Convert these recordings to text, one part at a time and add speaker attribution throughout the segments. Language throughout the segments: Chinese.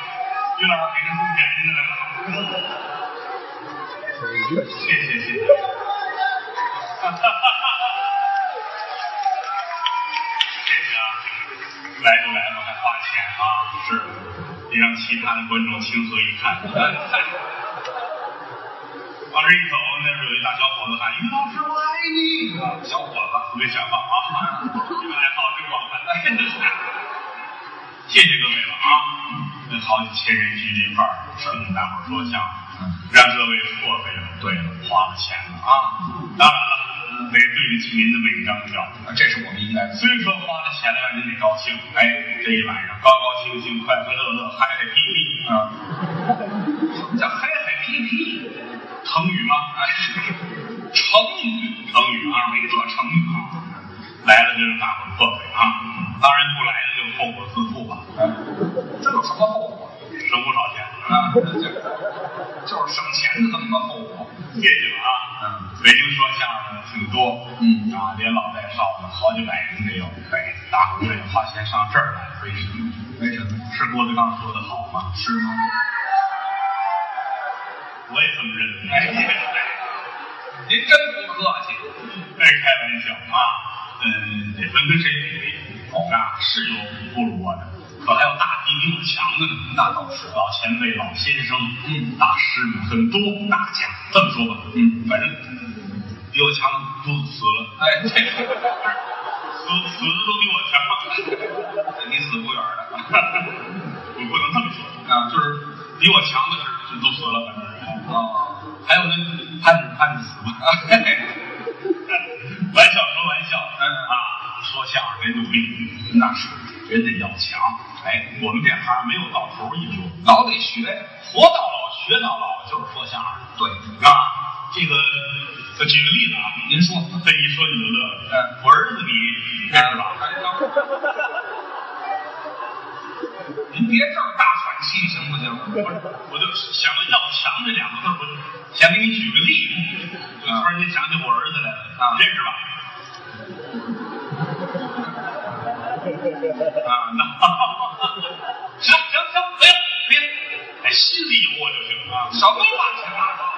Speaker 1: 这样肯定不便宜了。
Speaker 2: 这是
Speaker 1: 谢谢谢谢。哈哈哈谢谢啊，来就来吧，还花钱啊，也让其他的观众情何以堪。往这一走，那边有一大小伙子喊：“于老师，我爱你！”小伙子，没想到啊，你们爱好真广泛。谢谢各位了啊！那好几千人聚一块儿，听大伙儿说相
Speaker 2: 嗯
Speaker 1: 声，让各位破费了，对了，花了钱了啊！当然了，得对得起您的每一张票。
Speaker 2: 啊这是我们应该的。
Speaker 1: 虽说花了钱了，让您得高兴，哎，这一晚上高高兴兴、快快乐乐、嗨嗨皮皮啊！什么叫嗨嗨皮皮？成语吗？哎，成语，成语啊，没这成语啊！来了就让大伙儿破费啊！当然不来了就后果自负吧，
Speaker 2: 哎这有什么后果
Speaker 1: 省不少钱
Speaker 2: 啊？这就是省钱的这么个后果。
Speaker 1: 谢谢了啊！北京说相声的挺多，
Speaker 2: 嗯
Speaker 1: 啊，连老带少的好几百人得有。哎，大伙儿为了花钱上这儿来，为什么？
Speaker 2: 为什么？
Speaker 1: 是郭德纲说的好吗？
Speaker 2: 是吗？
Speaker 1: 我也这么认为。哎，
Speaker 2: 您真不客气。
Speaker 1: 开玩笑啊，嗯，得分跟谁比比。哦，啊，是有不如我的，可还有大弟比我强的呢。那倒是，老前辈、老先生，
Speaker 2: 嗯
Speaker 1: 大师们很多，大家这么说吧，
Speaker 2: 嗯
Speaker 1: 反正比我强的都死了。
Speaker 2: 哎，这个
Speaker 1: 死死的都比我强，
Speaker 2: 离死不远的
Speaker 1: 我不能这么说，
Speaker 2: 啊，就是
Speaker 1: 比我强的是是都死了，反正是。
Speaker 2: 啊，
Speaker 1: 还有那盼着盼着死 吧，
Speaker 2: 哎
Speaker 1: 玩笑说玩笑，
Speaker 2: 嗯
Speaker 1: 啊，说相声人努力，那是人得要强。哎，我们这行没有到头一说，
Speaker 2: 老得学呀。
Speaker 1: 活到老学到老，就是说相声
Speaker 2: 对，
Speaker 1: 啊。这个，我举个例子啊，
Speaker 2: 您说。
Speaker 1: 这一说你就乐了。
Speaker 2: 嗯
Speaker 1: 我儿子你认识吧？
Speaker 2: 吧？您别这儿大喘气行不行？不是，
Speaker 1: 我就想着“要强”这两个字，我想给你举个例子。我突然间想起我儿子来了，
Speaker 2: 啊
Speaker 1: 认识吧？啊，那行行行，别别，哎，心里有我就行啊。
Speaker 2: 什么乱七八糟？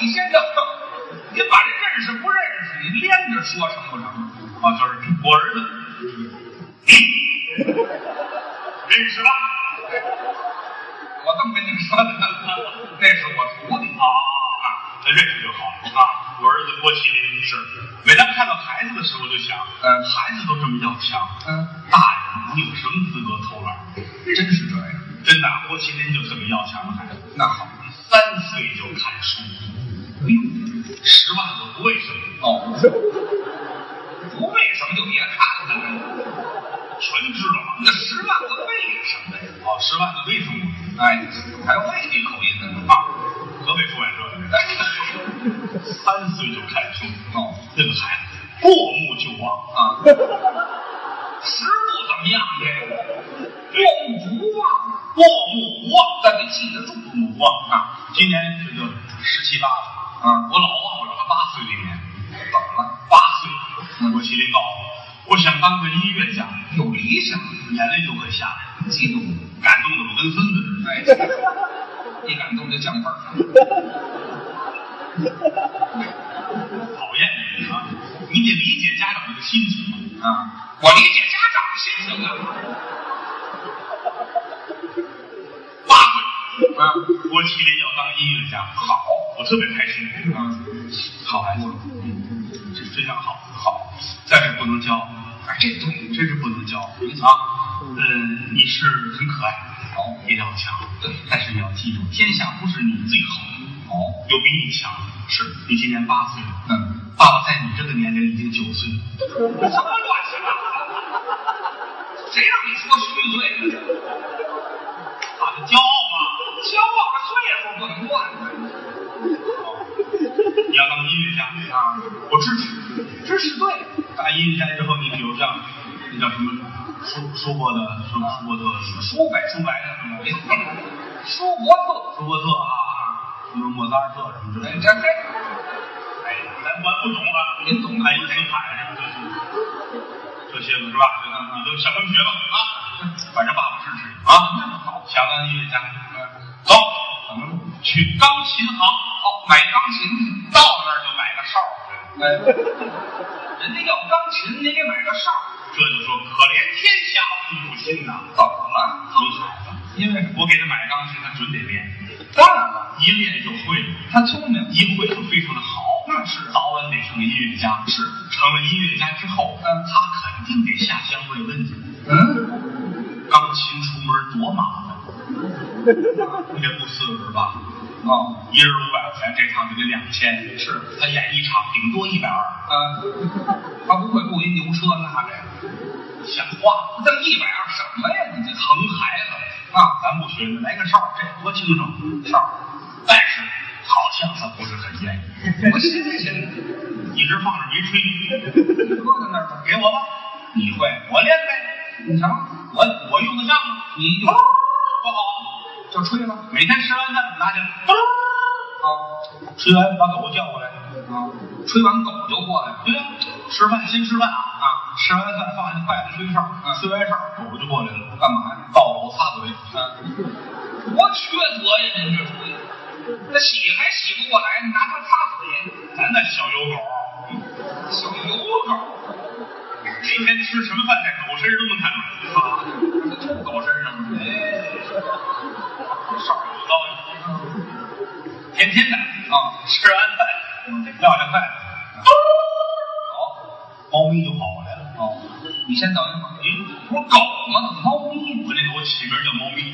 Speaker 2: 你先等等，您把这认识不认识，你连着说成不成？
Speaker 1: 啊，就是我儿子， 认识吧？
Speaker 2: 我这么跟您说 的，那是我徒弟
Speaker 1: 啊，那认识就好了啊。我儿子郭麒麟是，每当看到孩子的时候，我就想，
Speaker 2: 嗯
Speaker 1: 孩子都这么要强，
Speaker 2: 嗯
Speaker 1: 大人你有什么资格偷懒？
Speaker 2: 真是这样。
Speaker 1: 真的，啊郭麒麟就是个要强的孩子，
Speaker 2: 那好，
Speaker 1: 三岁就看书，哎呦，十万个不为什么，
Speaker 2: 哦，不为什么就别看了，
Speaker 1: 全知道了。
Speaker 2: 那十万个为什么呀？
Speaker 1: 哦，十万个为什么？
Speaker 2: 哎，还有外地口音呢。
Speaker 1: 啊，河北出版社的，三岁就看书，
Speaker 2: 哦
Speaker 1: 那个孩子过目就忘，
Speaker 2: 啊，食物怎么样？这个过目不忘，
Speaker 1: 过目不忘，
Speaker 2: 但得记得住
Speaker 1: 过目不忘啊！今年这就十七八了，
Speaker 2: 啊。
Speaker 1: 我老忘我了，八岁那年，
Speaker 2: 怎么了？
Speaker 1: 八岁，我麒麟告诉我，我想当个音乐家，
Speaker 2: 有理想，
Speaker 1: 眼泪就快下来了。
Speaker 2: 激动。
Speaker 1: 感动的我跟孙子似的。
Speaker 2: 哎，一感动就降分儿。
Speaker 1: 讨厌你啊！你得理解家长的心情啊。
Speaker 2: 啊，我理解家长的心情啊。
Speaker 1: 八岁，
Speaker 2: 啊，
Speaker 1: 我麒麟要当音乐家，好，我特别开心。
Speaker 2: 啊，
Speaker 1: 好孩子，嗯，这非常好，好，但是不能教，
Speaker 2: 哎，这对，
Speaker 1: 真是不能教啊。嗯，你是很可爱，
Speaker 2: 哦
Speaker 1: 也要强，
Speaker 2: 对
Speaker 1: 但是你要记住，天下不是你最好，
Speaker 2: 哦，
Speaker 1: 有比你强的，是你今年八岁了，
Speaker 2: 嗯，
Speaker 1: 爸爸在你这个年龄已经九岁了。
Speaker 2: 什么乱七八糟？谁让你说虚岁了？
Speaker 1: 爸爸骄傲
Speaker 2: 骄傲的岁数不能乱
Speaker 1: 吗？你要当音乐家，
Speaker 2: 啊！
Speaker 1: 我支持。
Speaker 2: 这是对，
Speaker 1: 大一下之后，你比如像那叫什么舒舒伯的什么舒伯特、
Speaker 2: 舒白
Speaker 1: 舒白的什么
Speaker 2: 舒伯特，
Speaker 1: 舒伯特啊，什么莫扎特什么之
Speaker 2: 哎
Speaker 1: 类的。
Speaker 2: 这嘿，
Speaker 1: 哎，咱我不懂啊，
Speaker 2: 您懂
Speaker 1: 爱因斯坦什么的，这些个是吧？你都上他们学吧啊！反正爸爸支持你啊，好，想当音乐家，走，去钢琴行哦，
Speaker 2: 买钢琴去。
Speaker 1: 到那儿就买个哨儿，
Speaker 2: 哎，人家要钢琴，你给买个哨，
Speaker 1: 这就说可怜天下父母心呐，
Speaker 2: 怎么了？
Speaker 1: 疼孩子。
Speaker 2: 因为
Speaker 1: 啊我给他买钢琴，他准得练，
Speaker 2: 当然了，
Speaker 1: 一练就会了，
Speaker 2: 他聪明，
Speaker 1: 一会就非常的好。
Speaker 2: 那是啊
Speaker 1: 早晚得是个音乐家，
Speaker 2: 是啊
Speaker 1: 成了音乐家之后，
Speaker 2: 嗯
Speaker 1: 他肯定得下乡慰问去。
Speaker 2: 嗯，
Speaker 1: 钢琴出门多麻烦，你得付四十吧，啊
Speaker 2: 哦，
Speaker 1: 一人五百块钱，这趟就得两千。是他演一场顶多一百二，
Speaker 2: 啊，他不会雇一牛车拉着呀？
Speaker 1: 像话吗？
Speaker 2: 挣一百二什么呀？你这
Speaker 1: 疼孩子
Speaker 2: 啊
Speaker 1: 咱不学，来个哨，这多轻省哨。但是好像他不是很愿意，
Speaker 2: 多新鲜，
Speaker 1: 一直放着没吹。
Speaker 2: 搁在那儿吧。
Speaker 1: 给我吧，你会我练呗，
Speaker 2: 你瞧，
Speaker 1: 我我用得上吗？
Speaker 2: 你
Speaker 1: 不
Speaker 2: 有
Speaker 1: 好，
Speaker 2: 就吹了啊
Speaker 1: 每天吃完饭拿去，嘟，啊吃完把狗叫过来。
Speaker 2: 啊，吹完狗就过来了
Speaker 1: 对呀，吃饭先吃饭啊，
Speaker 2: 啊？
Speaker 1: 吃完饭放下筷子吹哨，吹完哨狗就过来了，
Speaker 2: 嗯干嘛呀？
Speaker 1: 抱狗擦嘴。
Speaker 2: 啊，多缺德呀！您这主意，那洗还洗不过来，拿它擦嘴，
Speaker 1: 咱那小油狗，
Speaker 2: 小油狗，
Speaker 1: 每天吃什么饭在狗身上都能看出来。
Speaker 2: 这吐狗身上了。啊哎，
Speaker 1: 哨儿有高天天的
Speaker 2: 啊，
Speaker 1: 吃完饭撂下筷子，
Speaker 2: 好，
Speaker 1: 猫咪就跑过来了。
Speaker 2: 哦，你先等一会儿。
Speaker 1: 嗯，
Speaker 2: 不是狗吗？怎么猫咪？
Speaker 1: 我这给我起名叫猫咪，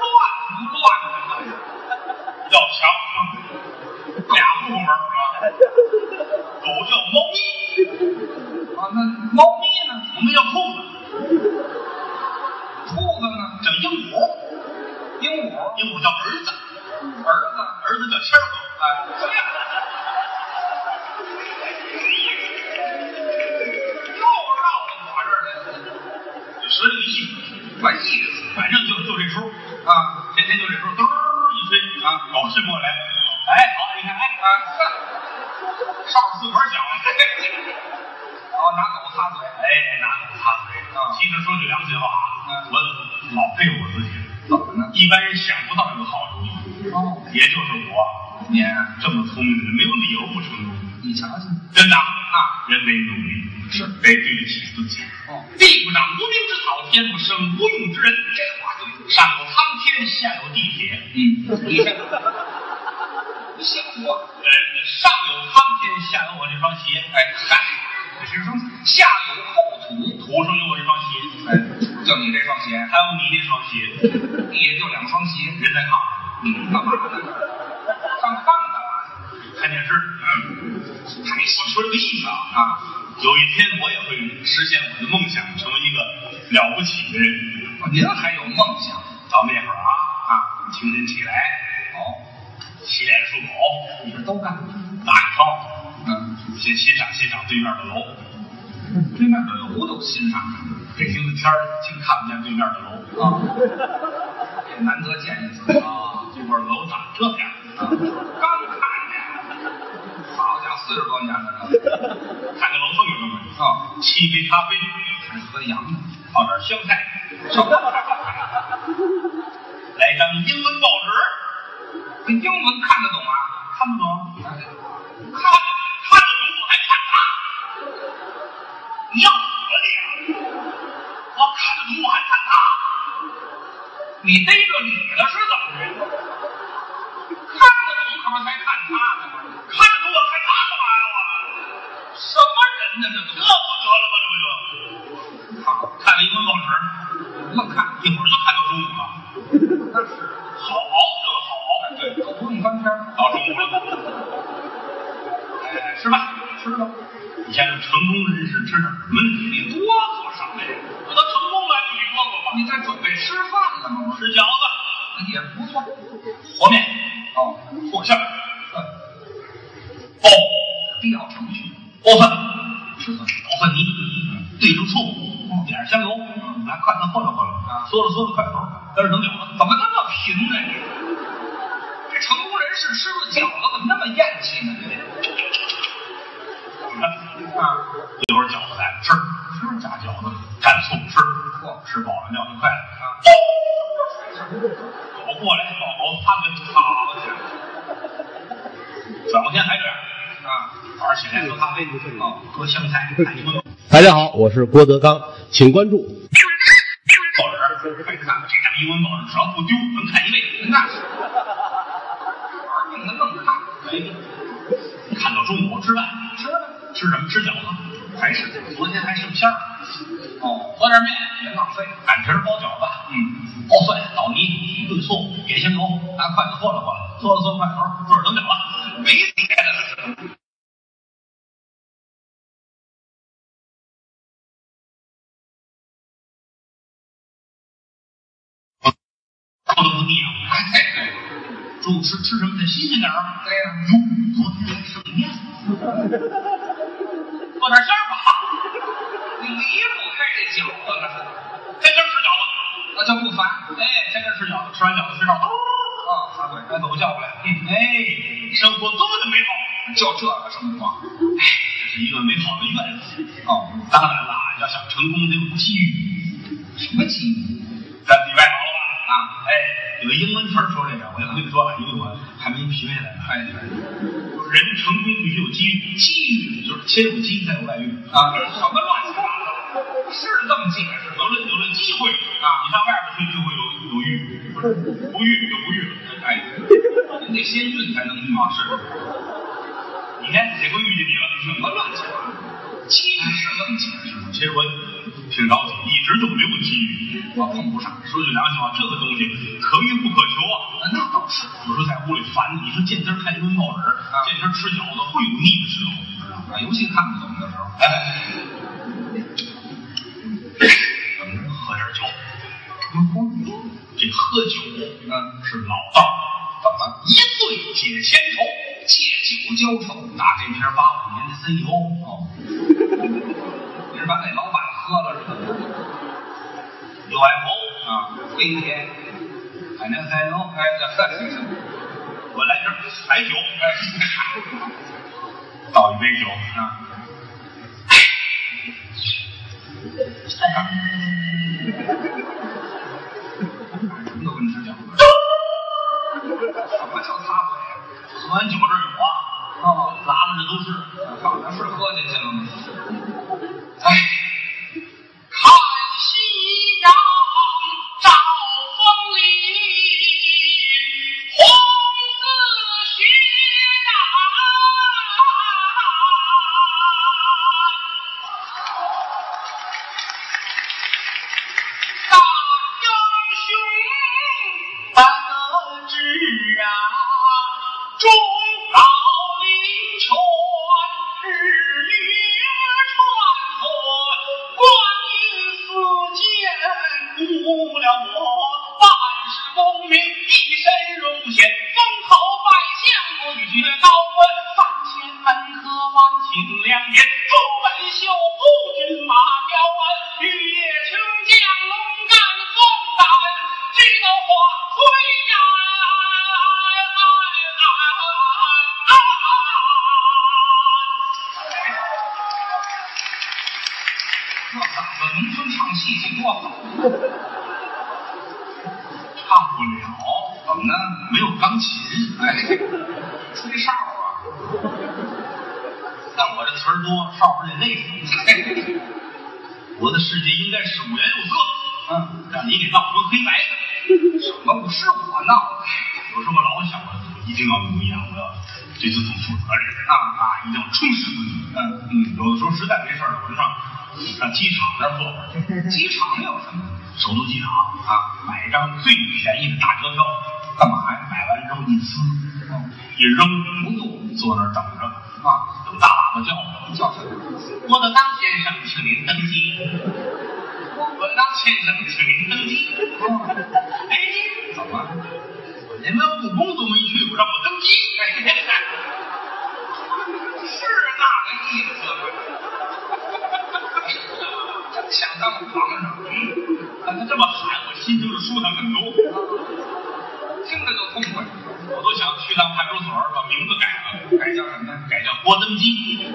Speaker 2: 乱不乱的嘛？
Speaker 1: 要强，俩部门啊，狗叫猫咪，
Speaker 2: 啊，那猫咪呢？
Speaker 1: 我们叫兔子，
Speaker 2: 兔子呢？
Speaker 1: 叫鹦鹉，
Speaker 2: 鹦鹉？
Speaker 1: 鹦鹉叫儿子，
Speaker 2: 儿子？
Speaker 1: 儿子叫谦儿哥。
Speaker 2: 哎，对呀，又绕到我这儿来了，
Speaker 1: 十六亿，
Speaker 2: 没意思
Speaker 1: 反正就就这出，
Speaker 2: 啊！
Speaker 1: 天天就这出，嘚儿一吹啊，狗伸过来，哎，好，你看，哎，
Speaker 2: 啊，哼
Speaker 1: 哨儿四啊管响了，
Speaker 2: 哦，拿狗擦嘴，
Speaker 1: 哎，拿狗擦嘴。
Speaker 2: 啊
Speaker 1: 其实说句良心话啊，
Speaker 2: 嗯
Speaker 1: 我老佩服我自己
Speaker 2: 怎么呢？
Speaker 1: 一般人想不到这个好主意，
Speaker 2: 哦，
Speaker 1: 也就是我
Speaker 2: 您
Speaker 1: 这么聪明的人，没有理由不成功。
Speaker 2: 你瞧瞧，
Speaker 1: 真的啊，人得努力，
Speaker 2: 是
Speaker 1: 得对得起自己。
Speaker 2: 哦，
Speaker 1: 地不长无名之草，天不生无用之人。这话对，上有苍天，下有地铁。
Speaker 2: 嗯，你看，你像我，
Speaker 1: 呃，哎上有苍天，下有我这双鞋。
Speaker 2: 哎嗨，
Speaker 1: 这是双鞋，
Speaker 2: 下有厚土，
Speaker 1: 土上有我这双鞋，
Speaker 2: 哎，就你这双鞋，
Speaker 1: 还有你那双鞋，
Speaker 2: 你也就两双鞋，
Speaker 1: 人在炕上嗯
Speaker 2: 你干嘛呢？上炕干嘛
Speaker 1: 看电视。嗯，
Speaker 2: 还行
Speaker 1: 我说这个意思啊。
Speaker 2: 啊？
Speaker 1: 有一天我也会实现我的梦想，成为一个了不起的人。
Speaker 2: 您还有梦想？
Speaker 1: 到那会儿啊啊，清晨起来，
Speaker 2: 哦，
Speaker 1: 洗脸漱口，
Speaker 2: 你这都干。
Speaker 1: 打个招
Speaker 2: 嗯，
Speaker 1: 呼，先欣赏欣赏对面的楼。
Speaker 2: 对面的楼都欣赏啊，
Speaker 1: 北京的天儿净看不见对面的楼
Speaker 2: 也难得见一次啊。
Speaker 1: 啊，这会儿楼长这样，啊
Speaker 2: 刚看见，好家伙，四十多年了
Speaker 1: 看看楼缝儿都
Speaker 2: 这啊，
Speaker 1: 没，沏杯咖啡，
Speaker 2: 还喝洋呢，
Speaker 1: 放点香菜，
Speaker 2: 什么？
Speaker 1: 来张英文报纸，
Speaker 2: 这英文看得懂啊？
Speaker 1: 看不懂，
Speaker 2: 哎
Speaker 1: 看看得懂我还看他，你要什么脸？我看得懂我还看他，
Speaker 2: 你逮着你了是怎么着？看得懂，可不才看他呢吗？
Speaker 1: 看得懂我看他干嘛呀？
Speaker 2: 什么人呢？
Speaker 1: 我
Speaker 2: 这
Speaker 1: 这不得了吗？这
Speaker 2: 都好，
Speaker 1: 不就看了英文报纸，
Speaker 2: 愣看，
Speaker 1: 一会儿就看到中午了，
Speaker 2: 那是
Speaker 1: 好这个好，
Speaker 2: 对，都不用翻篇儿，
Speaker 1: 到中午了，哎，吃吧。
Speaker 2: 知道？
Speaker 1: 你像成功人士吃点什么呢？
Speaker 2: 你哆嗦什么呀？
Speaker 1: 我都成功了，你没说过吗？
Speaker 2: 你这准备吃饭了吗？
Speaker 1: 吃饺子、
Speaker 2: 也不算
Speaker 1: 和面、
Speaker 2: 哦，
Speaker 1: 剁馅儿、
Speaker 2: 嗯
Speaker 1: 包
Speaker 2: 必要程序
Speaker 1: 包饭、
Speaker 2: 吃什么？
Speaker 1: 包饭泥，
Speaker 2: 嗯
Speaker 1: 兑成
Speaker 2: 哦
Speaker 1: 醋，点儿香油，拿筷子和了和了，嗦了嗦了筷头，但是能了了。
Speaker 2: 啊怎么那么贫呢？你这成功人士吃顿饺子怎么那么厌气呢？啊，
Speaker 1: 一会儿饺子来了，吃，吃炸饺子，蘸醋吃，吃饱了撂下筷子，狗过来，老狗他们好去，转过天还这样啊，早上起来喝咖啡，哦，搁香菜，看一闻
Speaker 3: 大家好，我是郭德纲，请关注。
Speaker 1: 报纸，哎，看看这张英文报纸，只要不丢，能看一辈子。那是，玩命的愣看，哎，看到中午吃饭，吃吃什么？吃饺子，还是昨天还剩馅儿，哦，喝点面别浪费，擀皮儿包饺子，嗯，包蒜、捣泥、一顿醋，点香油，拿筷子和了和了，做了做筷头，做着等饺子，没别的了。我都不腻啊！哎，对，中午吃吃什么得新鲜点儿。对呀、哟，昨天还剩面，做点馅儿吧。
Speaker 2: 你离不开这饺子了，
Speaker 1: 天天吃饺子，
Speaker 2: 那就不烦。
Speaker 1: 哎，天天吃饺子，吃完饺子睡觉，哦，啊，对，把狗叫过来，哎，生活多么的美好，
Speaker 2: 就这个生活，
Speaker 1: 哎，这是一个美好的愿景。哦，当然啦，要想成功得有机遇，
Speaker 2: 什么机遇？
Speaker 1: 咱明白好了吧？啊，哎，有英文词儿说这个，我就跟你说了，因为我还没品味来呢。
Speaker 2: 哎，对
Speaker 1: 人成功必须有机遇，机遇就是先有鸡再有外遇
Speaker 2: 啊，
Speaker 1: 什
Speaker 2: 什
Speaker 1: 么
Speaker 2: 么乱
Speaker 1: 乱七
Speaker 2: 七
Speaker 1: 八
Speaker 2: 八
Speaker 1: 糟的。
Speaker 2: 糟，是这么解释
Speaker 1: 有
Speaker 2: 吗？
Speaker 1: 了有了机会啊，你上外边去就会有有遇，不是不遇就不遇了。 哎，
Speaker 2: 您得先运才能运
Speaker 1: 啊是，你看这回遇见你了，什么乱七八糟？
Speaker 2: 机遇是这么解释吗？
Speaker 1: 其实我挺着急，一直就没有机遇，我碰不上。说句良心话，这个东西可遇不可求啊。
Speaker 2: 啊那倒是，
Speaker 1: 有时候在屋里烦，你说见天儿看新闻报纸，见天儿吃饺子，会有腻的时候，你知道吗？
Speaker 2: 啊，尤其看不懂的时候，
Speaker 1: 哎，咱们这喝点酒，这喝酒
Speaker 2: 嗯
Speaker 1: 是老道儿，怎么一醉解千愁？
Speaker 2: 借酒浇愁。
Speaker 1: 打这瓶八五年的三油，哦，
Speaker 2: 你是把那老板喝了是吧？
Speaker 1: 六爱头
Speaker 2: 啊，
Speaker 1: 啊，
Speaker 2: 飞天，
Speaker 1: 海南三油，
Speaker 2: 哎，这
Speaker 1: 我来瓶白酒，哎，倒一杯酒啊。
Speaker 2: 什么都跟吃饺子。什么叫擦嘴啊？
Speaker 1: 喝完酒这儿有啊，
Speaker 2: 哦，
Speaker 1: 拉了这都是。
Speaker 2: 好像是喝进去了吗？
Speaker 1: 哎，看夕阳照风林，红似血染。大英雄八个字啊，忠告林泉日月穿河，光阴似箭，误了我半世功名，一身荣显，封侯拜相，我举爵高官，三千门客望请良言，朱门绣布，骏马雕鞍，玉液琼浆，龙肝凤胆，菊斗火灰呀。
Speaker 2: 这嗓子农村唱戏啊去多好，
Speaker 1: 唱不了，
Speaker 2: 怎么呢？
Speaker 1: 没有钢琴。
Speaker 2: 哎，吹哨啊！
Speaker 1: 但我这词儿多，少儿得累死。我的世界应该是五颜六色，
Speaker 2: 嗯，
Speaker 1: 让你给闹成黑白的。
Speaker 2: 什么不是我闹的？
Speaker 1: 有时候我老想，我一定要不一样，我要对自己负责任啊啊，一定要充实自己。
Speaker 2: 嗯
Speaker 1: 嗯，有的时候实在没事儿了，我就上上机场那儿坐 会儿，
Speaker 2: 机场有什么？
Speaker 1: 首都机场啊，买一张最便宜的打折票，干嘛呀？买完之后一撕，一扔，不用，坐那儿等着啊，有大喇叭叫我。
Speaker 2: 叫什么？
Speaker 1: 郭德纲先生，请您登机。郭德纲先生，请您登机。哎，
Speaker 2: 怎么？
Speaker 1: 我连个故宫都没去过，让我登机？哎
Speaker 2: 是那个意思。真想当皇上，
Speaker 1: 看他这么喊，我心情就舒坦很多。
Speaker 2: 听着就痛快。
Speaker 1: 我都想去趟派出所，把名字改了，
Speaker 2: 该叫什么呀？
Speaker 1: 改叫郭登基，
Speaker 2: 有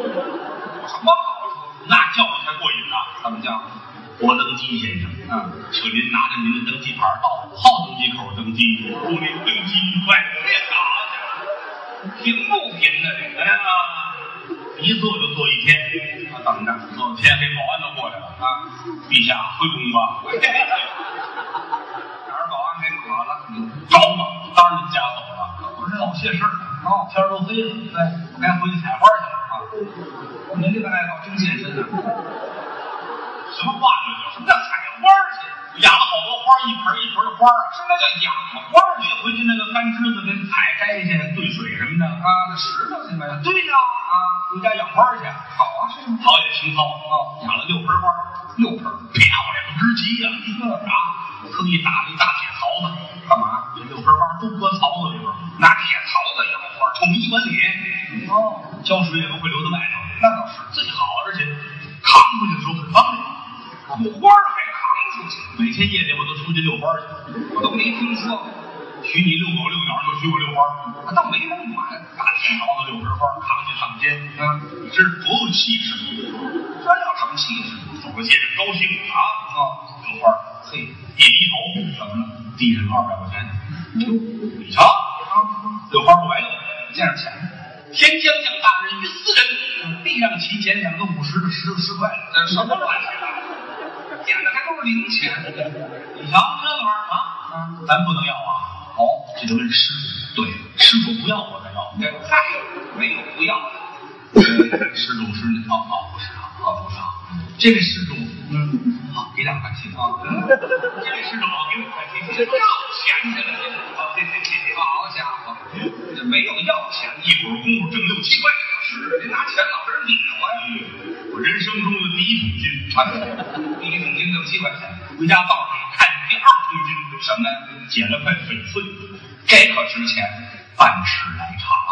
Speaker 2: 什么好处？
Speaker 1: 那教育才过瘾呐、
Speaker 2: 怎
Speaker 1: 们叫郭登基先生。
Speaker 2: 嗯，
Speaker 1: 请您拿着您的登机牌儿到五号登机口登机，祝您登机愉快。
Speaker 2: 这好家伙，贫不贫呢？这个
Speaker 1: 哎呀，一坐就坐一天，啊怎么着？坐到天黑，保安都过来了啊！
Speaker 2: 啊，
Speaker 1: 陛下回宫吧，
Speaker 2: 哪儿保安给你跑了？
Speaker 1: 走吧，当然家走了。我这老些事儿，
Speaker 2: 哦，
Speaker 1: 天儿都黑了，
Speaker 2: 对，
Speaker 1: 我该回去采花去了啊！
Speaker 2: 您这个爱好真健身啊！
Speaker 1: 什么话这叫？
Speaker 2: 那采花儿去，
Speaker 1: 养了好多花，一盆一盆的花儿啊！
Speaker 2: 什么叫养花儿去
Speaker 1: 回去那个干枝子给采摘去，兑水什么的。
Speaker 2: 啊？那石头去呗。
Speaker 1: 对呀、啊，回家养花去。
Speaker 2: 好啊，是吗
Speaker 1: 陶冶情操
Speaker 2: 哦
Speaker 1: 啊养了六盆花，
Speaker 2: 六盆儿
Speaker 1: 漂亮之极呀、啊！特意打了一大铁槽子，
Speaker 2: 干嘛？
Speaker 1: 这六盆花都搁槽子里边儿，拿铁槽子养花，统一管理，
Speaker 2: 哦，
Speaker 1: 浇水也不会留在外头，
Speaker 2: 那倒是，
Speaker 1: 最好，而且扛出去的时候很方便。
Speaker 2: 有花儿还扛出去，
Speaker 1: 每天夜里我都出去遛花去，
Speaker 2: 我都没听说过，
Speaker 1: 许你遛狗遛鸟就许我遛花，
Speaker 2: 啊倒没那么管。
Speaker 1: 大铁槽子六盆花扛起上肩，
Speaker 2: 啊，
Speaker 1: 你这是多有气势！
Speaker 2: 这要什么气势？
Speaker 1: 走了街上高兴啊，
Speaker 2: 哦，
Speaker 1: 遛花儿
Speaker 2: 嘿，
Speaker 1: 一低头怎么了？地上二百块钱，你瞧，
Speaker 2: 啊，
Speaker 1: 遛花不白遛。
Speaker 2: 见着钱，
Speaker 1: 天将降大任于斯人，必让其减两个五十的十十块。
Speaker 2: 这什么乱七八糟？捡的还都是零钱。
Speaker 1: 你瞧这玩意儿啊，
Speaker 2: 啊，
Speaker 1: 咱不能要啊。
Speaker 2: 哦，
Speaker 1: 这就跟师傅对，师傅不要我再要。
Speaker 2: 对，嗨，没有不要的。
Speaker 1: 施主是那哦哦不是啊哦不是啊，这位施主，
Speaker 2: 嗯，
Speaker 1: 好给两块钱啊。这位施主，我给五块
Speaker 2: 这
Speaker 1: 钱。
Speaker 2: 要钱去了，这好这这这好家伙，这没有要钱的。
Speaker 1: 一会儿功夫挣六七块。
Speaker 2: 是，您拿钱老是撵我呀！
Speaker 1: 嗯，我人生中的第一桶金，
Speaker 2: 一个桶金六七块钱，
Speaker 1: 回家道上看见第二桶金，什么呀？捡了块翡翠，
Speaker 2: 这可值钱。
Speaker 1: 半尺来长啊。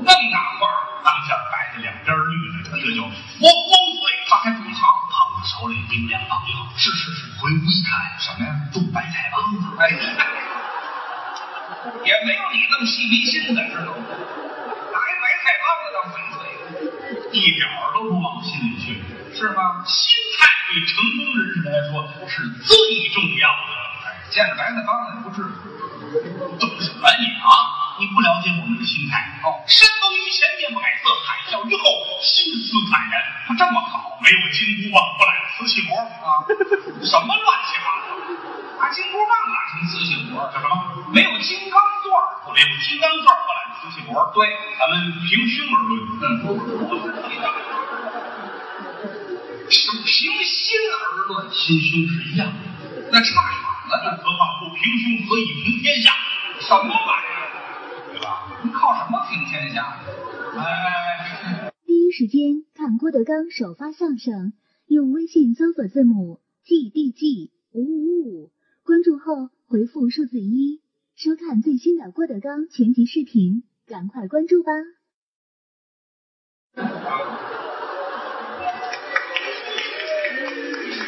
Speaker 2: 那么大块儿，
Speaker 1: 当下摆着两边绿的，这叫光光会，他还懂行，捧在手里冰凉棒硬。是是是，回屋一看，什么呀？种白菜帮子。
Speaker 2: 哎，也没有你那么细迷心的，知道吗？拿一白菜帮子当粉碎，
Speaker 1: 一点儿都不往心里去。
Speaker 2: 是吗？
Speaker 1: 心态对成功人士来说是最重要的。
Speaker 2: 哎见着白菜帮子也不至于。
Speaker 1: 懂什么你啊？你不了解我们的心态
Speaker 2: 哦
Speaker 1: 山崩于前面不改色，海啸于后心思坦然。这么好，没有金箍啊棒不揽瓷器活
Speaker 2: 啊！
Speaker 1: 什么乱七八糟？
Speaker 2: 拿金箍棒打成磁性活，
Speaker 1: 什么？
Speaker 2: 没有金刚钻儿。
Speaker 1: 我这有金刚钻不揽瓷器活儿。
Speaker 2: 对，嗯
Speaker 1: 咱们平胸而论，
Speaker 2: 是凭心而论，
Speaker 1: 心胸是一样的。
Speaker 2: 那差远了
Speaker 1: 那
Speaker 2: 呢。
Speaker 1: 何况不平胸，何以平天下？
Speaker 2: 什么玩意儿？啊
Speaker 1: 对吧？
Speaker 2: 你靠什么平天下？
Speaker 1: 哎哎哎！
Speaker 4: 第一时间看郭德纲首发相声，用微信搜索字母 GDG 五五五，关注后回复数字一，收看最新的郭德纲全集视频，赶快关注吧！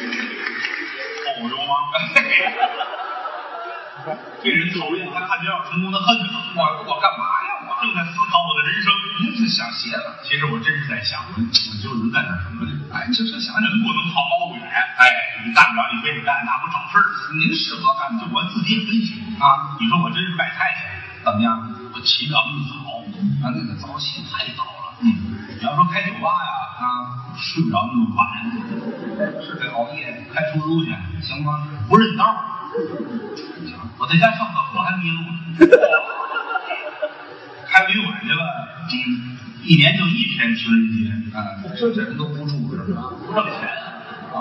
Speaker 1: 后流 氓，对人讨厌，他看见要成功，他恨他。
Speaker 2: 我我干嘛呀？我
Speaker 1: 我正在思考我的人生，
Speaker 2: 您是想邪了？
Speaker 1: 其实我真是在想，我究竟干点什么呢？
Speaker 2: 哎，这是想
Speaker 1: 咱人不能好高骛远，哎，你干不了，你非得干，那不省事儿。
Speaker 2: 您适合干
Speaker 1: 就我自己也分析
Speaker 2: 啊？
Speaker 1: 你说我真是卖菜去，
Speaker 2: 怎么样？
Speaker 1: 我起不了那么早，
Speaker 2: 啊，那个早起
Speaker 1: 太早了。嗯，你要说开酒吧呀，
Speaker 2: 啊，
Speaker 1: 睡不着那么晚，
Speaker 2: 是得熬夜，
Speaker 1: 开出租去
Speaker 2: 行吗？
Speaker 1: 不认道儿。我在家上厕所还 迷路呢。开旅馆去了，嗯，一年就一天情人节，
Speaker 2: 啊，这这人都不住是吧？
Speaker 1: 不挣钱，
Speaker 2: 啊，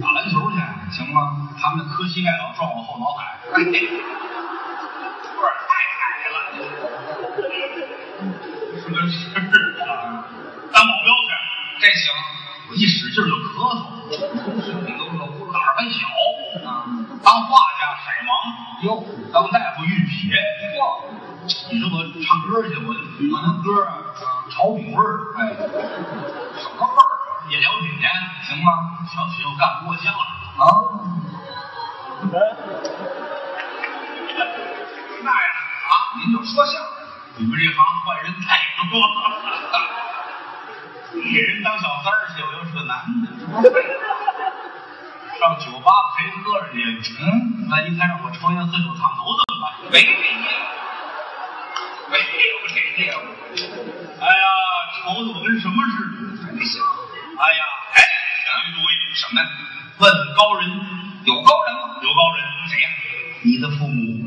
Speaker 1: 打篮球去，
Speaker 2: 行吗？
Speaker 1: 他们的磕膝盖老撞我后脑海，
Speaker 2: 哎， 个儿太矮了，
Speaker 1: 是个事儿啊。当保镖去，
Speaker 2: 这行，
Speaker 1: 我一使劲儿就咳嗽，
Speaker 2: 你都楼
Speaker 1: 胆
Speaker 2: 了
Speaker 1: 儿还小。
Speaker 2: 啊？
Speaker 1: 当画家色盲，
Speaker 2: 哟，
Speaker 1: 当大夫熨撇。
Speaker 2: 嚯，
Speaker 1: 你说我唱歌去，我我那歌啊，炒饼味儿，
Speaker 2: 哎，什么味儿？
Speaker 1: 也了解呢。
Speaker 2: 行吗？
Speaker 1: 小品又干不过相声。
Speaker 2: 啊？那呀啊，您就说相声，
Speaker 1: 你们这行坏 人太多了，给人当小三儿去，我又是个男的，上酒吧陪喝人家，嗯，万一他让我抽烟喝酒烫头怎么办？
Speaker 2: 没这业务，没有这业务。
Speaker 1: 哎呀，愁的我跟什么似的。
Speaker 2: 你想
Speaker 1: 哎呀，哎，想一主意，
Speaker 2: 什么呀？
Speaker 1: 问问高人，
Speaker 2: 有高人吗？
Speaker 1: 有高人
Speaker 2: 谁呀？
Speaker 1: 你的父母，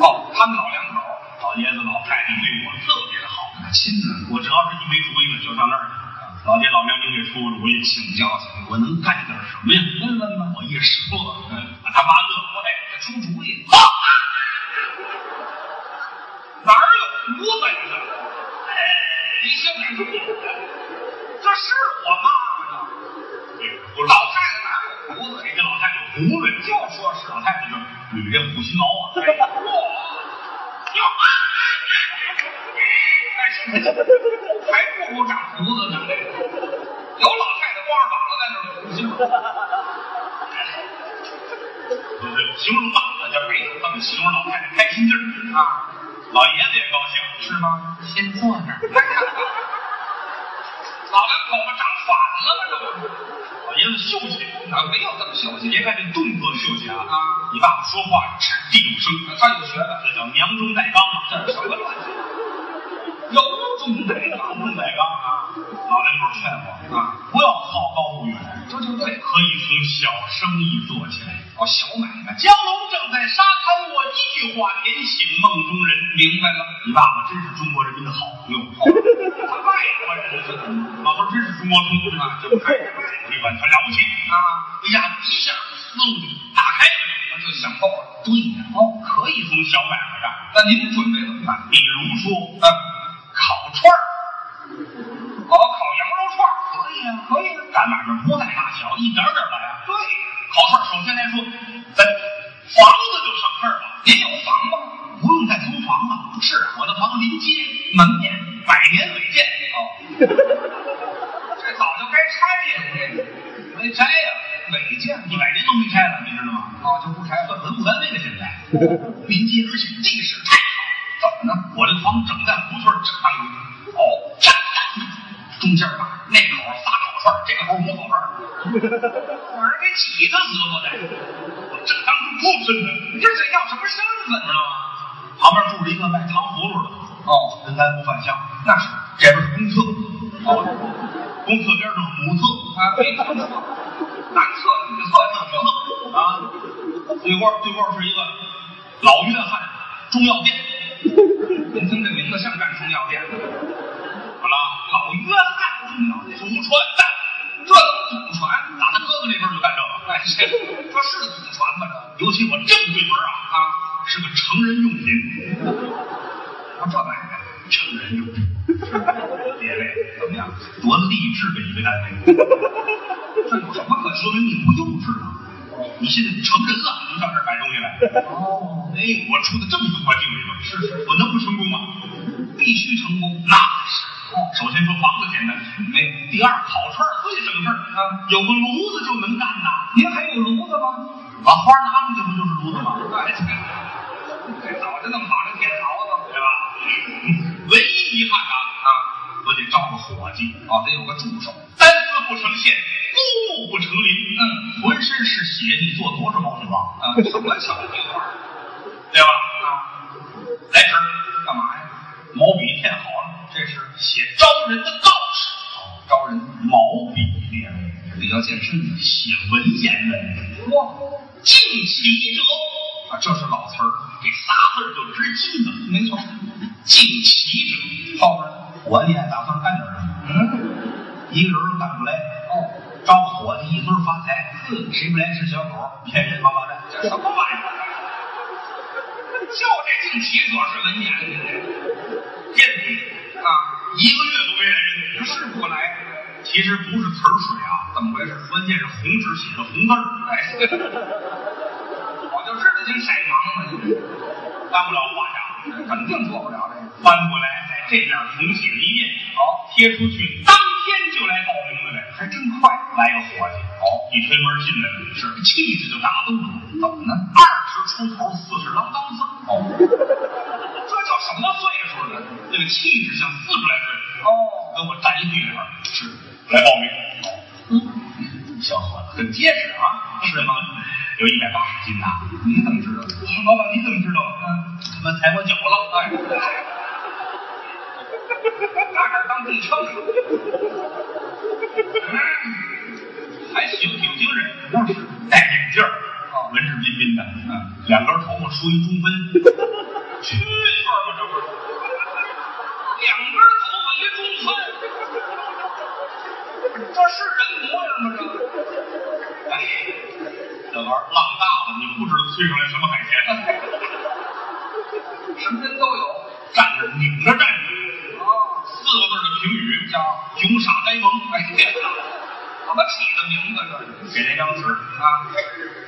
Speaker 2: 哦，他们老两口
Speaker 1: 老爷子老太太对我特别的好。
Speaker 2: 那亲呢？
Speaker 1: 我只要是一没主意，我就上那儿去。老爹老娘您给出个主意，请教请教，我能干点什么呀？
Speaker 2: 问问吧，
Speaker 1: 我一说，嗯把他妈乐坏了。
Speaker 2: 这出主意。
Speaker 1: 哪儿有无本的？
Speaker 2: 你想哪出
Speaker 1: 这是我妈妈的。我
Speaker 2: 老
Speaker 1: 老
Speaker 2: 太太哪有胡子？
Speaker 1: 这老太太有胡子，就说是老太太就捋这虎须毛啊。哎
Speaker 2: 哇！哟哎，还不如长胡子呢。有老太太光着膀子在那儿胡须
Speaker 1: 就是形容吧，我就没怎么形容老太太开心劲儿啊。老爷子也高兴，
Speaker 2: 是吗？先坐 那儿。老两口子长反了吗？这不
Speaker 1: 老爷子秀气。
Speaker 2: 啊，没有这么秀气
Speaker 1: 您看这动作秀气啊！
Speaker 2: 啊！
Speaker 1: 你爸爸说话掷地有声，
Speaker 2: 他有学问，
Speaker 1: 这叫娘中带刚啊！
Speaker 2: 这什么乱七八糟？有种
Speaker 1: 带刚中带刚啊！老两口劝我
Speaker 2: 啊！
Speaker 1: 不要好高骛远，
Speaker 2: 这就对了。
Speaker 1: 可以从小生意做起来。
Speaker 2: 哦，小买卖，
Speaker 1: 江龙正在沙滩，我一句话点醒梦中人。
Speaker 2: 明白了。
Speaker 1: 你爸爸真是中国人民的好朋友，哦他外国人，这老头真是中国通啊！这外国人完全了不起
Speaker 2: 啊！
Speaker 1: 哎呀，一下思路就打开了。
Speaker 2: 那就想透了。
Speaker 1: 对呀，哦，可以从小买卖干。
Speaker 2: 那您准备怎么办？
Speaker 1: 比如说，
Speaker 2: 啊，
Speaker 1: 烤串儿，
Speaker 2: 哦，烤羊肉串儿
Speaker 1: 可以啊，可以啊，干买卖不在大小，一点儿点儿来啊。
Speaker 2: 对，
Speaker 1: 烤串儿首先来说，咱房子就省事儿了，
Speaker 2: 您有房吗？
Speaker 1: 不用再租房了。是啊，我的房临街，
Speaker 2: 门面
Speaker 1: 百年违建，
Speaker 2: 哦，这早就该拆呀，这没拆呀，违建
Speaker 1: 一百年都没拆了，你知道吗？
Speaker 2: 哦就不拆
Speaker 1: 算
Speaker 2: 了，
Speaker 1: 文物单位了，现在 临街，而且地势太好。怎么呢？我这房整在胡同儿正当中，哦，站站中间儿吧，那口儿仨烤串儿，这口儿五烤串儿，
Speaker 2: 我儿给起的死我得，
Speaker 1: 我正当中出身份，
Speaker 2: 你这是要什么身份
Speaker 1: 知
Speaker 2: 呢？
Speaker 1: 道吗？啊旁边住着一个卖糖葫芦的，
Speaker 2: 哦，
Speaker 1: 跟咱不犯相。
Speaker 2: 那是
Speaker 1: 这边是公厕，哦，公厕边儿是母厕，
Speaker 2: 啊，没听说过，男厕女厕这
Speaker 1: 母厕啊，对过儿对过儿是一个老约翰中药店，
Speaker 2: 这，您听这名字像干中药店的，
Speaker 1: 怎么了？
Speaker 2: 老约翰中药店，
Speaker 1: 祖传的，
Speaker 2: 这能祖传？
Speaker 1: 打他哥哥那边儿就干这个。
Speaker 2: 哎，这这是祖传吗？
Speaker 1: 尤其我正对门儿啊，
Speaker 2: 这啊，
Speaker 1: 是个成人用品，啊
Speaker 2: 我这买卖
Speaker 1: 成人用品。列位怎么样？多励志的一个单位，
Speaker 2: 这有什么可
Speaker 1: 说明你不幼稚啊！你现在成人了，你上这儿买东西来。
Speaker 2: 哦，
Speaker 1: 哎，我处在这么一个环境里头，
Speaker 2: 是是，
Speaker 1: 我能不成功吗？
Speaker 2: 必须成功。
Speaker 1: 那
Speaker 2: 哦
Speaker 1: 是。首先说房子简单，没。第二，烤串儿最省事儿
Speaker 2: 啊，
Speaker 1: 有个炉子就能干呐。
Speaker 2: 您还有炉子吗？
Speaker 1: 把花拿出去不就是炉子吗？
Speaker 2: 哎，这这早就弄好了铁槽子
Speaker 1: 对吧？唯一遗憾啊啊，我得找个伙计，
Speaker 2: 哦，得有个助手。
Speaker 1: 单丝不成线，孤木不成林。
Speaker 2: 嗯，
Speaker 1: 浑身是血，你做多少毛血旺，
Speaker 2: 啊，什么小地方
Speaker 1: 对吧？
Speaker 2: 啊？
Speaker 1: 来这儿，
Speaker 2: 干嘛呀？
Speaker 1: 毛笔添好了，
Speaker 2: 这是
Speaker 1: 写招人的哦告示。
Speaker 2: 招人
Speaker 1: 毛笔列位
Speaker 2: 比较健身的。
Speaker 1: 写文言文，
Speaker 2: 哇，
Speaker 1: 敬其者，
Speaker 2: 啊，这是老词儿，
Speaker 1: 这仨字儿就知敬了。
Speaker 2: 没错。
Speaker 1: 敬其者，
Speaker 2: 后边呢？
Speaker 1: 我也打算干点什么，
Speaker 2: 嗯，
Speaker 1: 一个人干不来。
Speaker 2: 哦，
Speaker 1: 招伙计一分发财，哼，谁不来是小狗，骗人王八蛋。
Speaker 2: 这什么玩意儿？就这近期左是文言
Speaker 1: 见你
Speaker 2: 的啊，
Speaker 1: 一个月都没来人，
Speaker 2: 这是不来，
Speaker 1: 其实不是词儿水啊，
Speaker 2: 怎么回事？
Speaker 1: 关键是红纸写的红字儿，
Speaker 2: 哎，我就知道您色盲了，您
Speaker 1: 当不了画家。
Speaker 2: 肯定做不了这个。
Speaker 1: 翻过来，在这面重写了一遍，
Speaker 2: 好，
Speaker 1: 贴出去，当天就来报名的来。
Speaker 2: 还真快。
Speaker 1: 来个伙计，
Speaker 2: 哦，
Speaker 1: 一推门进来了，是气质就打动了。
Speaker 2: 怎么呢？
Speaker 1: 二十出头，四十郎当岁，
Speaker 2: 哦，这叫什么岁数呢？
Speaker 1: 那个气质像四十来岁，
Speaker 2: 哦，
Speaker 1: 跟我站一对联儿。是，来报名。
Speaker 2: 小结实啊，
Speaker 1: 是吗？有一百八十斤呐！
Speaker 2: 你怎么知道？
Speaker 1: 老板，你怎么知道？
Speaker 2: 嗯，
Speaker 1: 他们踩我脚了。
Speaker 2: 哎， 打哪儿当地秤？
Speaker 1: 嗯还行，挺精神。
Speaker 2: 那是
Speaker 1: 戴眼镜儿
Speaker 2: 哦
Speaker 1: 文质彬彬的，
Speaker 2: 嗯，
Speaker 1: 两根头发梳一中分，蛐蛐儿吗？这不是？
Speaker 2: 两根头发一中分，这是人模样吗？这
Speaker 1: 啊哎，这玩意儿浪大了，你们不知道催上来什么海鲜，
Speaker 2: 个什么人都有
Speaker 1: 站着拧着站着，
Speaker 2: 哦，
Speaker 1: 四个字儿的评语叫“穷傻呆萌”。
Speaker 2: 哎呀，怎么起的名字这？
Speaker 1: 给那张纸，
Speaker 2: 啊，
Speaker 1: 哎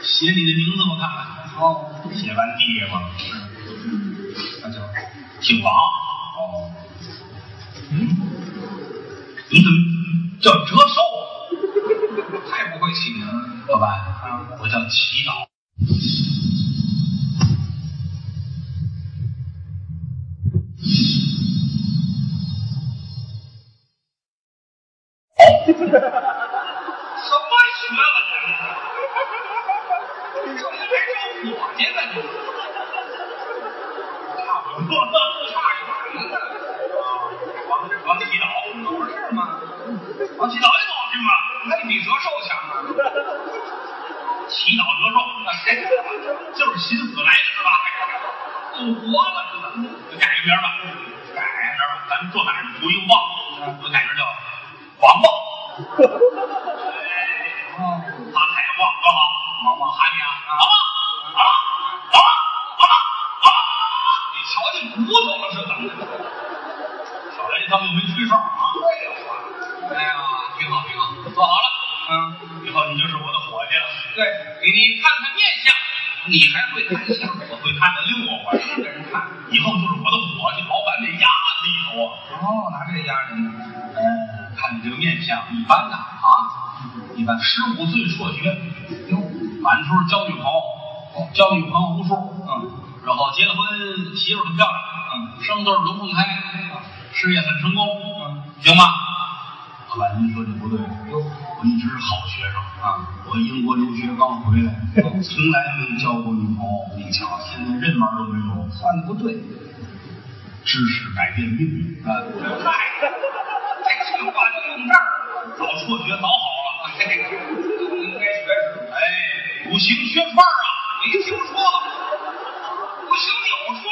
Speaker 1: 写你的名字我看看。
Speaker 2: 哦，
Speaker 1: 写完递给我，
Speaker 2: 那就
Speaker 1: 姓王。哦，嗯，你怎么叫折寿啊？
Speaker 2: 太不会起名了。
Speaker 1: 老板，我叫祈祷。
Speaker 2: 什么学问呢？这应该招伙计呢，你
Speaker 1: 差不多，
Speaker 2: 差远了，
Speaker 1: 王王祈祷，
Speaker 2: 不是吗？
Speaker 1: 王祈祷也高兴啊。
Speaker 2: 那你比折寿强啊！
Speaker 1: 祈祷折寿，就是寻死来的是吧？
Speaker 2: 不活了，知道吗？
Speaker 1: 就改个名儿吧，改个名儿吧，咱们坐哪儿图一个望，我改名叫王望。
Speaker 2: 哦，
Speaker 1: 阿海旺哥好，王旺喊你啊，王旺，王旺，王旺，王旺，
Speaker 2: 你瞧见骨头了是怎么的？
Speaker 1: 小雷他们又没吹哨啊。
Speaker 2: 对呀，
Speaker 1: 哎呀，挺好挺好，做好了，
Speaker 2: 啊，
Speaker 1: 以后你就是我的伙计了。
Speaker 2: 对你你看看面相，你还会看相？
Speaker 1: 我会看的溜啊，我
Speaker 2: 给人看。
Speaker 1: 以后就是我的伙计，老板得压死一头啊。
Speaker 2: 哦，拿这压人。
Speaker 1: 嗯，看你这个面相一般呐啊，一般。十五岁辍学，
Speaker 2: 哟，
Speaker 1: 满处交女朋友，交女朋友无数，
Speaker 2: 嗯，
Speaker 1: 然后结了婚，媳妇儿很漂亮，嗯，生对儿龙凤胎，事业很成功，
Speaker 2: 嗯，
Speaker 1: 行吧？老板，您说这不对，
Speaker 2: 哟，
Speaker 1: 我一直是好学生嗯
Speaker 2: 啊，
Speaker 1: 我英国留学刚回来，从来没交过女朋友，你瞧，现在任玩都没有，
Speaker 2: 算的不对。
Speaker 1: 知识改变命运啊！
Speaker 2: 嗨，哎这句话就用这儿了。
Speaker 1: 早辍学早好了，
Speaker 2: 嘿就应该学识，
Speaker 1: 哎，五行缺串儿啊！
Speaker 2: 没听说过。不行，有说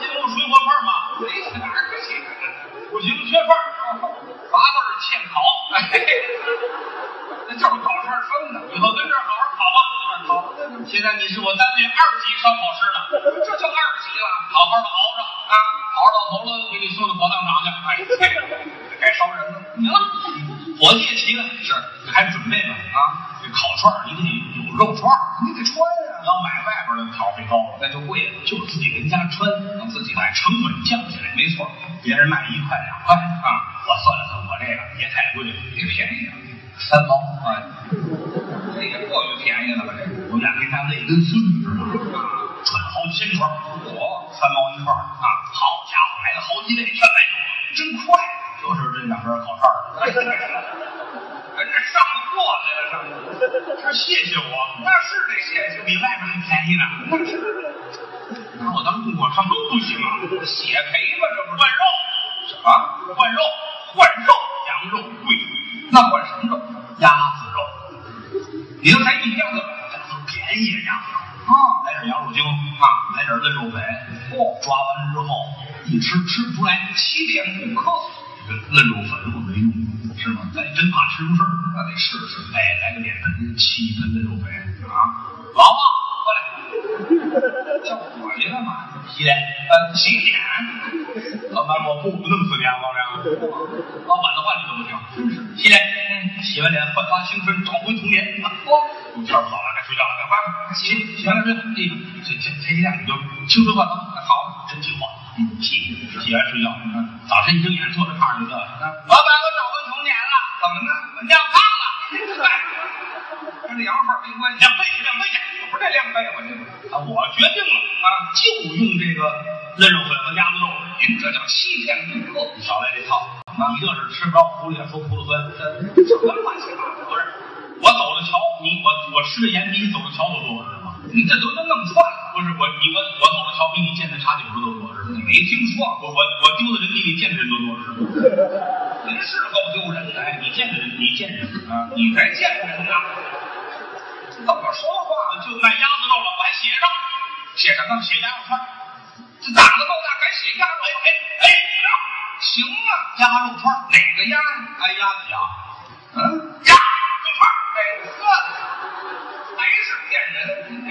Speaker 1: 金木水火凤嘛，
Speaker 2: 没去哪儿去？
Speaker 1: 五行缺凤，
Speaker 2: 八字儿欠考，哎，那就是搞事儿生的。
Speaker 1: 以后跟这儿好好考吧。
Speaker 2: 好，那就
Speaker 1: 现在你是我单位二级烧烤师了，
Speaker 2: 这就二级了
Speaker 1: 好好的熬着啊，熬到头了给你送到火葬场去。哎，
Speaker 2: 啊，该烧人了
Speaker 1: 行了，火气也齐了，是还准备吧
Speaker 2: 啊！
Speaker 1: 啊？这烤串儿你得有肉串儿，
Speaker 2: 你得穿啊
Speaker 1: 你
Speaker 2: 呀、
Speaker 1: 要买外边的调费高了，
Speaker 2: 那就贵了。
Speaker 1: 就自己跟家穿，让自己把成本降下来。没错，别人卖一块两块啊，我算了算，我这个也太贵了，
Speaker 2: 也便宜啊，
Speaker 1: 三毛啊。
Speaker 2: 这也过于便宜了吧？这个
Speaker 1: 我们俩跟他累跟孙子似的，穿好几千串，我三毛一串儿啊！好家伙，买了好几类，全买走了，真快！就是这两边烤串儿的，
Speaker 2: 人这上货来了，上货
Speaker 1: 他谢谢我，
Speaker 2: 那是得谢谢
Speaker 1: 比外边还便宜呢。拿我当供货商都不行啊！
Speaker 2: 血赔吧？这不
Speaker 1: 换
Speaker 2: 是
Speaker 1: 肉，
Speaker 2: 什么？
Speaker 1: 换肉，换肉，羊肉贵，
Speaker 2: 那换什么肉？
Speaker 1: 鸭子肉，
Speaker 2: 您还一样的买
Speaker 1: 鸭子肉便宜呀，
Speaker 2: 啊？
Speaker 1: 来点羊肉精啊，来点嫩肉粉，哦，抓完了之后一吃吃不出来。
Speaker 2: 欺骗顾客，
Speaker 1: 这嫩肉粉我没用，是吗？咱真怕吃出事儿，那得试试。哎，来个脸盆，七盆嫩肉粉啊！王旺，过
Speaker 2: 叫我来
Speaker 1: 来
Speaker 2: 干嘛呀？
Speaker 1: 洗脸，呃，洗脸。老板，我不弄死你啊，王亮！老板的话你都不听，真是洗脸。嗯，洗完脸焕发青春，找回童年。哦，有天儿跑了，该睡觉了，赶快洗洗完了睡。哎，这这这一下你就青春焕发，好，真听话。嗯，洗洗完睡觉，嗯，早晨一睁眼坐在炕上就乐了。老板，我找回童年了，
Speaker 2: 怎么呢？
Speaker 1: 我尿炕了。
Speaker 2: 跟这洋号没关系。
Speaker 1: 两倍去，两倍去！
Speaker 2: 不是这量背我这个
Speaker 1: 啊，我决定了啊，就用这个嫩肉粉和鸭子肉，您这叫欺骗顾客，啊你少来这套！你这是吃不着狐狸也说葫芦酸，
Speaker 2: 这什么乱七八糟？
Speaker 1: 不是？我走着瞧，你我我吃着盐比你走着瞧都多，知道吗？
Speaker 2: 你这都能弄串了，
Speaker 1: 不是我你我我走着瞧比你见的差九十都多，知道吗？
Speaker 2: 没听说
Speaker 1: 我我我丢的人比你见的人都多，知道吗？
Speaker 2: 过，您是够丢人的。
Speaker 1: 哎，你见的人你见人啊，
Speaker 2: 你才见人呢！怎么说话？
Speaker 1: 就卖鸭子肉了，我还写上
Speaker 2: 写什么？
Speaker 1: 写鸭肉串儿，
Speaker 2: 这胆子够大，敢写鸭肉？哎哎哎，行啊，
Speaker 1: 鸭肉串儿，
Speaker 2: 哪个鸭呀？
Speaker 1: 哎鸭子鸭，
Speaker 2: 嗯，鸭肉串儿，哎呵，还是骗人。哎，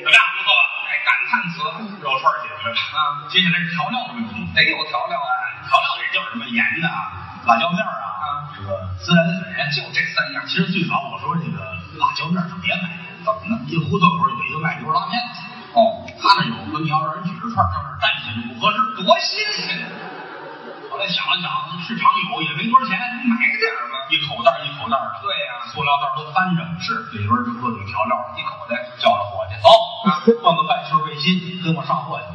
Speaker 1: 怎么样？不错吧？
Speaker 2: 哎，感叹词
Speaker 1: 肉串儿写出来了
Speaker 2: 啊
Speaker 1: 接下来是调料的问题，
Speaker 2: 得有调料啊，
Speaker 1: 调料也就是什么盐呐、辣椒面儿啊，这个孜然粉，
Speaker 2: 就这三样。
Speaker 1: 其实最早我说这个辣椒面儿就别买了，怎么呢？一胡同口有一个卖牛肉拉面的，
Speaker 2: 哦，
Speaker 1: 他那有，说你要让人举着串儿上那儿站起来就不合适。
Speaker 2: 多新鲜！
Speaker 1: 啊后来想了想，市场有也没多少钱，
Speaker 2: 买点儿吧。
Speaker 1: 一口袋儿一口袋儿的，
Speaker 2: 对呀、
Speaker 1: 塑料袋儿都翻着，是里边儿就各种调料，
Speaker 2: 一口袋。
Speaker 1: 叫着伙计走
Speaker 2: 啊，
Speaker 1: 换个半袖背心，跟我上货去。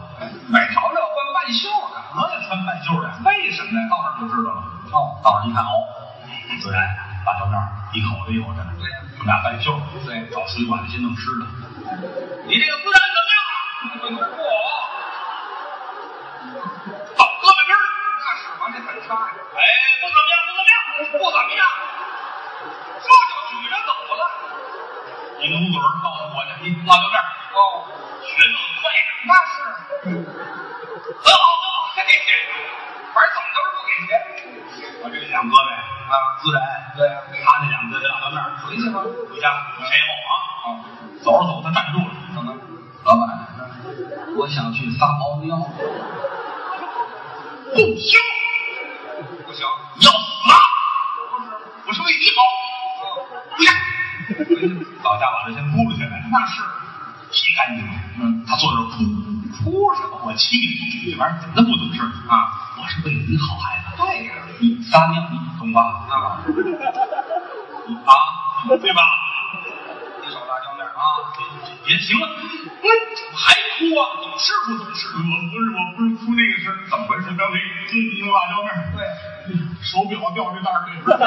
Speaker 2: 买调料换半袖的，
Speaker 1: 我也穿半袖的，
Speaker 2: 为什么呀？
Speaker 1: 到那儿就知道了。
Speaker 2: 哦，
Speaker 1: 到那儿一看，哦，孜然、辣椒面儿，一口子一口子的，
Speaker 2: 对呀
Speaker 1: 我们俩半袖，
Speaker 2: 对
Speaker 1: 找水管子先弄湿的。
Speaker 2: 你这个孜然怎么样啊？我
Speaker 1: 到胳膊根儿，
Speaker 2: 那是完这很差呀，
Speaker 1: 哎，不怎么样，不怎么样，
Speaker 2: 不怎么样，这就举着走了。
Speaker 1: 你努嘴儿告诉我去，你辣椒面儿
Speaker 2: 哦，
Speaker 1: 学得很快呀，
Speaker 2: 那是，
Speaker 1: 很好很好。
Speaker 2: 嘿嘿，反正怎么都是不给钱。
Speaker 1: 我这两胳膊啊，孜然，
Speaker 2: 对呀
Speaker 1: 他那两个辣椒面儿，
Speaker 2: 回去吧。
Speaker 1: 回家晒后啊。
Speaker 2: 哦，
Speaker 1: 走着走着，他站住了，
Speaker 2: 怎么？
Speaker 1: 老板，我想去撒泡尿，不行，
Speaker 2: 不行，
Speaker 1: 要死啊！我是为你好，回家。到家晚上先扑了起来，那是洗干净了。嗯，他坐那儿哭，
Speaker 2: 哭什么？
Speaker 1: 我气的，这玩意儿怎么那么懂事儿啊？我是为了你好，孩子，
Speaker 2: 对呀、
Speaker 1: 你撒尿你懂吧？
Speaker 2: 啊，
Speaker 1: 啊，对吧？
Speaker 2: 一手辣椒面啊，
Speaker 1: 啊，也行了，我还哭啊？懂事不懂事？我不是，我不是哭那个事儿，怎么回事？刚才一个辣椒面儿，嗯
Speaker 2: 对，
Speaker 1: 手表掉这袋儿里边 儿，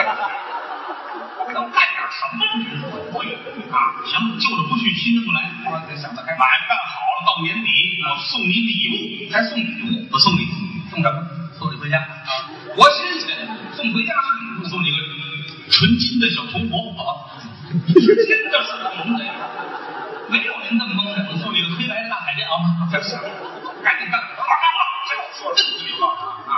Speaker 2: 能干点什么？
Speaker 1: 真是不会啊！行，旧的不去，新的不来。
Speaker 2: 我得想得开，
Speaker 1: 买卖办好了，到年底我送你礼物，
Speaker 2: 还送礼
Speaker 1: 我送你，
Speaker 2: 物，送什么？
Speaker 1: 送你回家，
Speaker 2: 多新鲜！送回家是礼物，
Speaker 1: 送你个纯金的小铜箔，好吧？
Speaker 2: 真的是蒙的，没有您那么蒙
Speaker 1: 我
Speaker 2: 人
Speaker 1: 送
Speaker 2: 的。
Speaker 1: 你个黑白的大 海淀啊，
Speaker 2: 这是，赶紧干，好好干活，这我说真对了啊！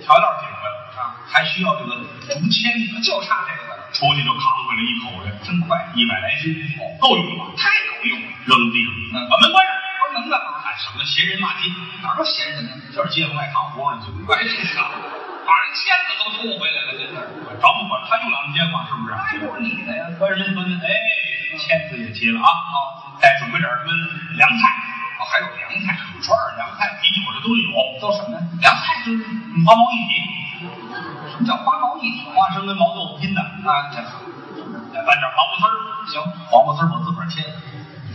Speaker 1: 调料挺快
Speaker 2: 啊，
Speaker 1: 还需要这个竹签子，
Speaker 2: 就差这个了，
Speaker 1: 出去就扛回来一口的，
Speaker 2: 真快，
Speaker 1: 一百来斤，够用了吧？
Speaker 2: 太有用了，
Speaker 1: 扔地上，把门关上。
Speaker 2: 不能干嘛？
Speaker 1: 看省得闲人骂街，
Speaker 2: 哪儿有闲人呢？
Speaker 1: 就是街坊爱扛活呢，就
Speaker 2: 哎呀，把人签子都吐回来了，真的。
Speaker 1: 找不管他就两肩膀，是不是？
Speaker 2: 那就是你的呀，
Speaker 1: 关人关人，哎，签子也贴了啊。哦，再准备点什么凉菜、
Speaker 2: 哦，还有凉菜，
Speaker 1: 串儿、凉菜、啤酒，这都有。
Speaker 2: 都什么呀？
Speaker 1: 凉菜就是花毛一体，
Speaker 2: 什么叫花毛一体
Speaker 1: 花生跟毛豆拼的，
Speaker 2: 啊？这
Speaker 1: 再拌点黄瓜丝儿。
Speaker 2: 行，
Speaker 1: 黄瓜丝儿我自个儿切的。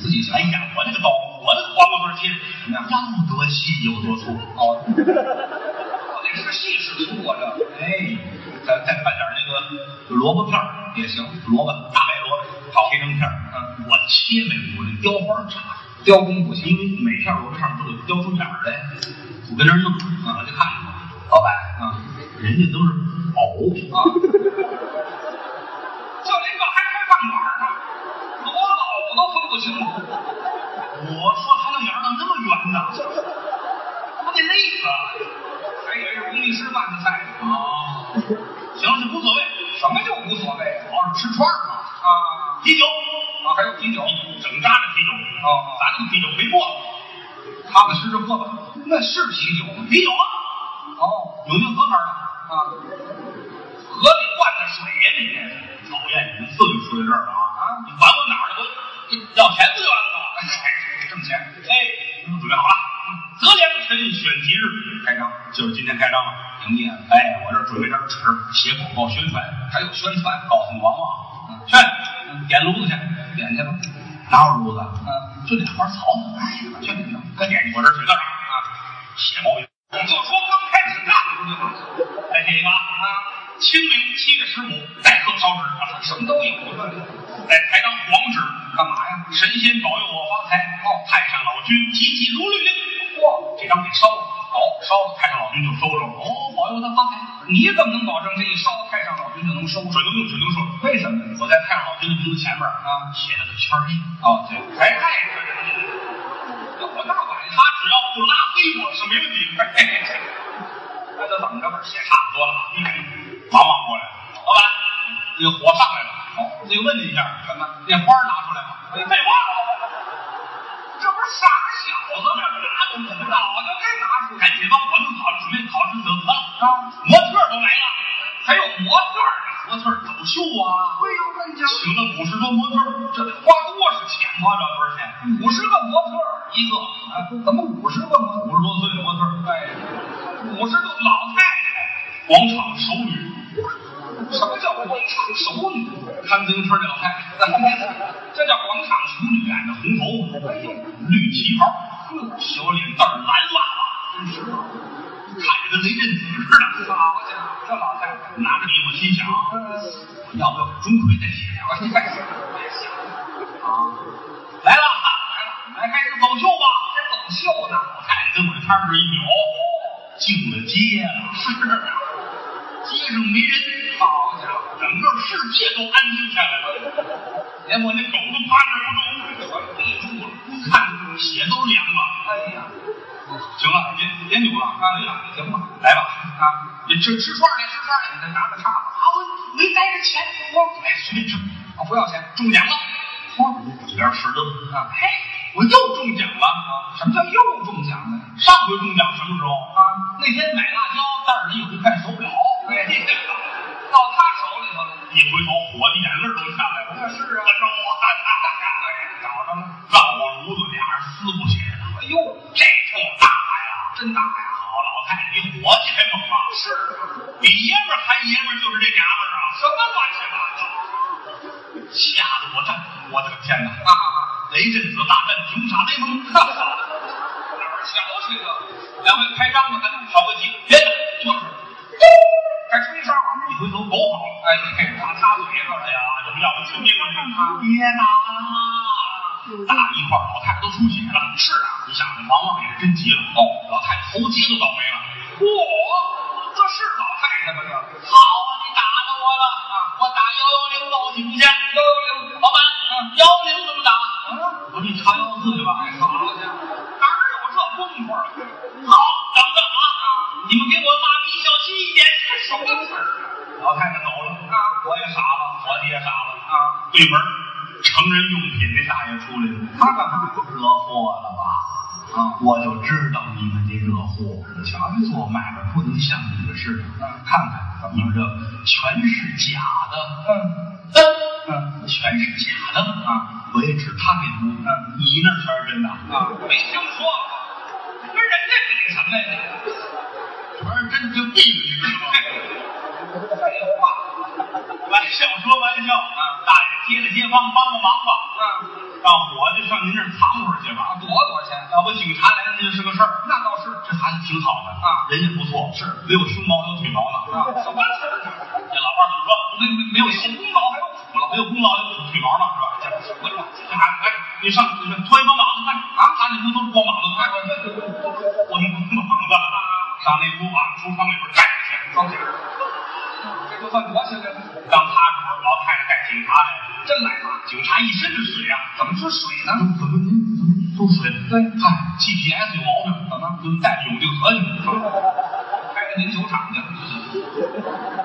Speaker 2: 自己想
Speaker 1: 哎呀，我那个刀，我那个黄瓜丝儿切的怎么样？样多细有多粗。
Speaker 2: 哦，到底是细是粗啊？这
Speaker 1: 哎，再再拌点那个萝卜片儿也行，萝卜大白萝卜，好切成片儿。啊
Speaker 2: 嗯，
Speaker 1: 我切呗，我这雕花儿差，
Speaker 2: 雕工不行
Speaker 1: 因为每片萝卜上面都得雕出眼儿来。我跟那儿弄，我就看老板，
Speaker 2: 啊
Speaker 1: 人家都是藕，
Speaker 2: 啊！就您这还开饭馆呢，我老婆都分不清了，
Speaker 1: 我说他那眼儿怎么那么圆呢？啊
Speaker 2: 我得累了。还以为是公益吃饭的菜呢，
Speaker 1: 啊，行了，这无所谓，
Speaker 2: 什么就无所谓
Speaker 1: 主要是吃串儿嘛。
Speaker 2: 啊
Speaker 1: 啤酒，
Speaker 2: 啊！还有啤酒，
Speaker 1: 整扎的啤酒，啊
Speaker 2: 哦哦
Speaker 1: 咱那个啤酒没过，
Speaker 2: 踏踏实实喝吧。那是啤酒吗？
Speaker 1: 啤酒啊，
Speaker 2: 哦
Speaker 1: 有没有喝法儿的？
Speaker 2: 啊，河里灌的水呀，你这是。
Speaker 1: 讨厌，你们自己说到这儿了啊！
Speaker 2: 啊
Speaker 1: 你管我哪儿的我要钱不就完了吗？
Speaker 2: 哎，挣钱
Speaker 1: 哎，你们准备好了？择良辰选吉日，
Speaker 2: 开张
Speaker 1: 就是今天开张了。
Speaker 2: 营业，
Speaker 1: 哎，我这儿准备点纸，写广告宣传，
Speaker 2: 还有宣传，
Speaker 1: 告诉王旺，去点炉子去，
Speaker 2: 点去吧。
Speaker 1: 哪有炉子？
Speaker 2: 嗯，
Speaker 1: 就两块草，哎，
Speaker 2: 去点吧。
Speaker 1: 快点，我这水字儿
Speaker 2: 啊，
Speaker 1: 写毛笔，
Speaker 2: 你就说刚开始干，
Speaker 1: 再写一个啊，清明七月十五待客烧纸，
Speaker 2: 什么都有，
Speaker 1: 在台上黄纸干嘛呀？神仙保佑我发财！哦，太上老君急急如律令。嚯，这张给烧了，好、烧了，太上老君就收着了。哦，保佑他发财。
Speaker 2: 你怎么能保证这一烧太上老君就能收
Speaker 1: 准能用，准能说。
Speaker 2: 为什么呢？
Speaker 1: 我在太上老君的名字前面啊写了个圈儿
Speaker 2: 哦，对，
Speaker 1: 还爱着呢。
Speaker 2: 我那玩意
Speaker 1: 他只要不拉黑我是没问题的。 嘿嘿嘿
Speaker 2: 那就等着吧。
Speaker 1: 写差不多了，嗯，忙忙过来了，老板，那个火上来了。哦，那个问你一下，
Speaker 2: 什么？
Speaker 1: 那花拿出来吗？
Speaker 2: 哎
Speaker 1: 废话，
Speaker 2: 这不是傻小子吗？这拿东西早就该拿出来。
Speaker 1: 赶紧帮我弄好了，准备考试得得了。
Speaker 2: 啊，
Speaker 1: 模特儿都来了，
Speaker 2: 还有模特呢，
Speaker 1: 模特儿走秀啊，
Speaker 2: 会有分哎家
Speaker 1: 请了五十多模特儿，
Speaker 2: 这得花多少钱？
Speaker 1: 花了多少钱？
Speaker 2: 五十个模特儿一个嗯啊？怎么五十个模
Speaker 1: 五十多岁的模特儿，
Speaker 2: 哎，五十个老太太，
Speaker 1: 广场首女，
Speaker 2: 什么叫广场熟女？
Speaker 1: 看自行车这老太太，
Speaker 2: 这叫广场熟
Speaker 1: 熟女染着红头发，
Speaker 2: 哎呦，
Speaker 1: 绿旗袍，小脸蛋儿蓝哇哇，真是看着跟雷震子似的。
Speaker 2: 好家伙，这老太太，
Speaker 1: 拿着笔，我心想，
Speaker 2: 嗯，哎
Speaker 1: 我要不要给钟馗再写两个？啊
Speaker 2: 别想，
Speaker 1: 来了，来开始走秀吧。
Speaker 2: 还走秀呢，
Speaker 1: 老太太跟我这摊儿这一扭，进了街了。是啊， 街上没人，
Speaker 2: 好家伙，
Speaker 1: 整个世界都安静下来了，连我那狗都趴那儿不动，
Speaker 2: 全闭住了。
Speaker 1: 看血都凉了。
Speaker 2: 哎呀，
Speaker 1: 行了，别别扭了，干累了，
Speaker 2: 行吧，
Speaker 1: 来吧，
Speaker 2: 啊，
Speaker 1: 你吃吃串儿来，吃串儿来。
Speaker 2: 你这拿个叉子，
Speaker 1: 啊，我没带着钱，我哎随便吃，
Speaker 2: 我不要钱。
Speaker 1: 中奖了，
Speaker 2: 嚯，
Speaker 1: 一边吃着，
Speaker 2: 啊，
Speaker 1: 嘿，我又中奖了。
Speaker 2: 什么叫又中奖了呀？
Speaker 1: 上回中奖什么时候？
Speaker 2: 啊，
Speaker 1: 那天买辣椒，袋儿里一回看手表，
Speaker 2: 哎，到他手里头了。
Speaker 1: 一回头，火的眼泪儿都下来了。
Speaker 2: 是啊
Speaker 1: 我说我
Speaker 2: 哎，找着了。
Speaker 1: 照我炉子，俩人撕不起来了。
Speaker 2: 哎呦，
Speaker 1: 这通打呀！
Speaker 2: 真打呀！
Speaker 1: 好老太太比伙计还猛啊！
Speaker 2: 是啊，
Speaker 1: 比爷们儿还爷们儿就是这娘们儿啊！
Speaker 2: 什么乱七八糟
Speaker 1: 吓得我站，我的个天哪！
Speaker 2: 啊！
Speaker 1: 雷震子大战熊傻呆萌，哈哈！
Speaker 2: 哪儿瞧去这？
Speaker 1: 两位开张吧，咱们挑个急，别的就是。
Speaker 2: 还吹哨？
Speaker 1: 一回头狗跑了，
Speaker 2: 哎，你看
Speaker 1: 打他嘴上了呀！你们要不亲亲我？别打啦！打一块儿，老太太都出血了。是啊，你想这王旺也是真急了哦，老太太喉结都倒霉了。
Speaker 2: 嚯，这是老太太吗？这
Speaker 1: 好，啊你打到我了啊！我打幺幺零报警去。
Speaker 2: 幺幺零，
Speaker 1: 老板，嗯幺零怎么打？
Speaker 2: 啊，
Speaker 1: 我说你查幺四去吧。
Speaker 2: 哎，好家伙，哪儿有这功夫了？
Speaker 1: 好，等等啊，你们给我妈咪小心一点。
Speaker 2: 什么词儿
Speaker 1: 老太太走了
Speaker 2: 啊
Speaker 1: 我也傻了，伙计也傻了。
Speaker 2: 啊？
Speaker 1: 对门儿成人用品那大爷出来了，
Speaker 2: 他干嘛？
Speaker 1: 惹祸了吧？啊，我就知道你们得惹祸。你瞧，做买卖不能像你们似的。
Speaker 2: 嗯
Speaker 1: 看看你们这全是假的，
Speaker 2: 嗯
Speaker 1: 嗯，全是假的
Speaker 2: 啊！
Speaker 1: 我也只他给你，
Speaker 2: 嗯
Speaker 1: 你那全是真的，
Speaker 2: 啊，没听说过，跟人家比什么呀？你
Speaker 1: 全是真就毙了，你知道吗？
Speaker 2: 废话
Speaker 1: 玩笑说玩笑，啊，大爷接着街坊帮个忙吧，
Speaker 2: 啊！
Speaker 1: 让伙计上您这儿藏会儿去
Speaker 2: 啊，
Speaker 1: 吧，
Speaker 2: 多多钱？
Speaker 1: 要不警察来了那就是个事儿。
Speaker 2: 那倒是
Speaker 1: 这孩子挺好的
Speaker 2: 啊
Speaker 1: 人也不错，是没有胸毛有腿毛呢。
Speaker 2: 啊，什么词儿？
Speaker 1: 这老话怎么说？
Speaker 2: 没没没有功劳还有苦劳
Speaker 1: 没有功劳有腿毛呢，是吧？
Speaker 2: 什么乱七
Speaker 1: 这孩子，哎，你上你上脱一光膀子看啊，咱这屋都是光膀子，
Speaker 2: 啊
Speaker 1: 哎，我我们光膀子啊，上那屋啊，厨房里边站着去，
Speaker 2: 糟这就算躲起来了，
Speaker 1: 当他时候，老太太带警察来了，
Speaker 2: 真来了。
Speaker 1: 警察一身的水哎啊，
Speaker 2: 怎么是水呢？
Speaker 1: 怎么您怎么都水？
Speaker 2: 对
Speaker 1: 嗨，GPS 有毛病，怎么怎么带着永定河去？
Speaker 2: 开到您酒厂去了。